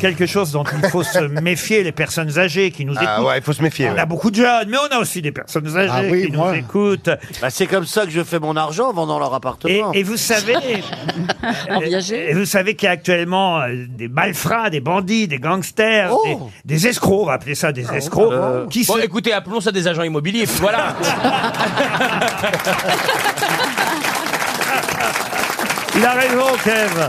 quelque chose dont il faut se méfier, les personnes âgées qui nous écoutent. Ah ouais, il faut se méfier, On ouais. a beaucoup de jeunes, mais on a aussi des personnes âgées Ah oui, qui moi. nous écoutent. Bah, c'est comme ça que je fais mon argent en vendant leur Et, appartement. et vous savez, et vous savez qu'il y a actuellement euh, des malfrats, des bandits, des gangsters, des, Oh. des escrocs, on va appeler ça Ah, des escrocs, qui Bon, se- écoutez, appelons ça des agents immobiliers, puis voilà. Il a raison, Kev.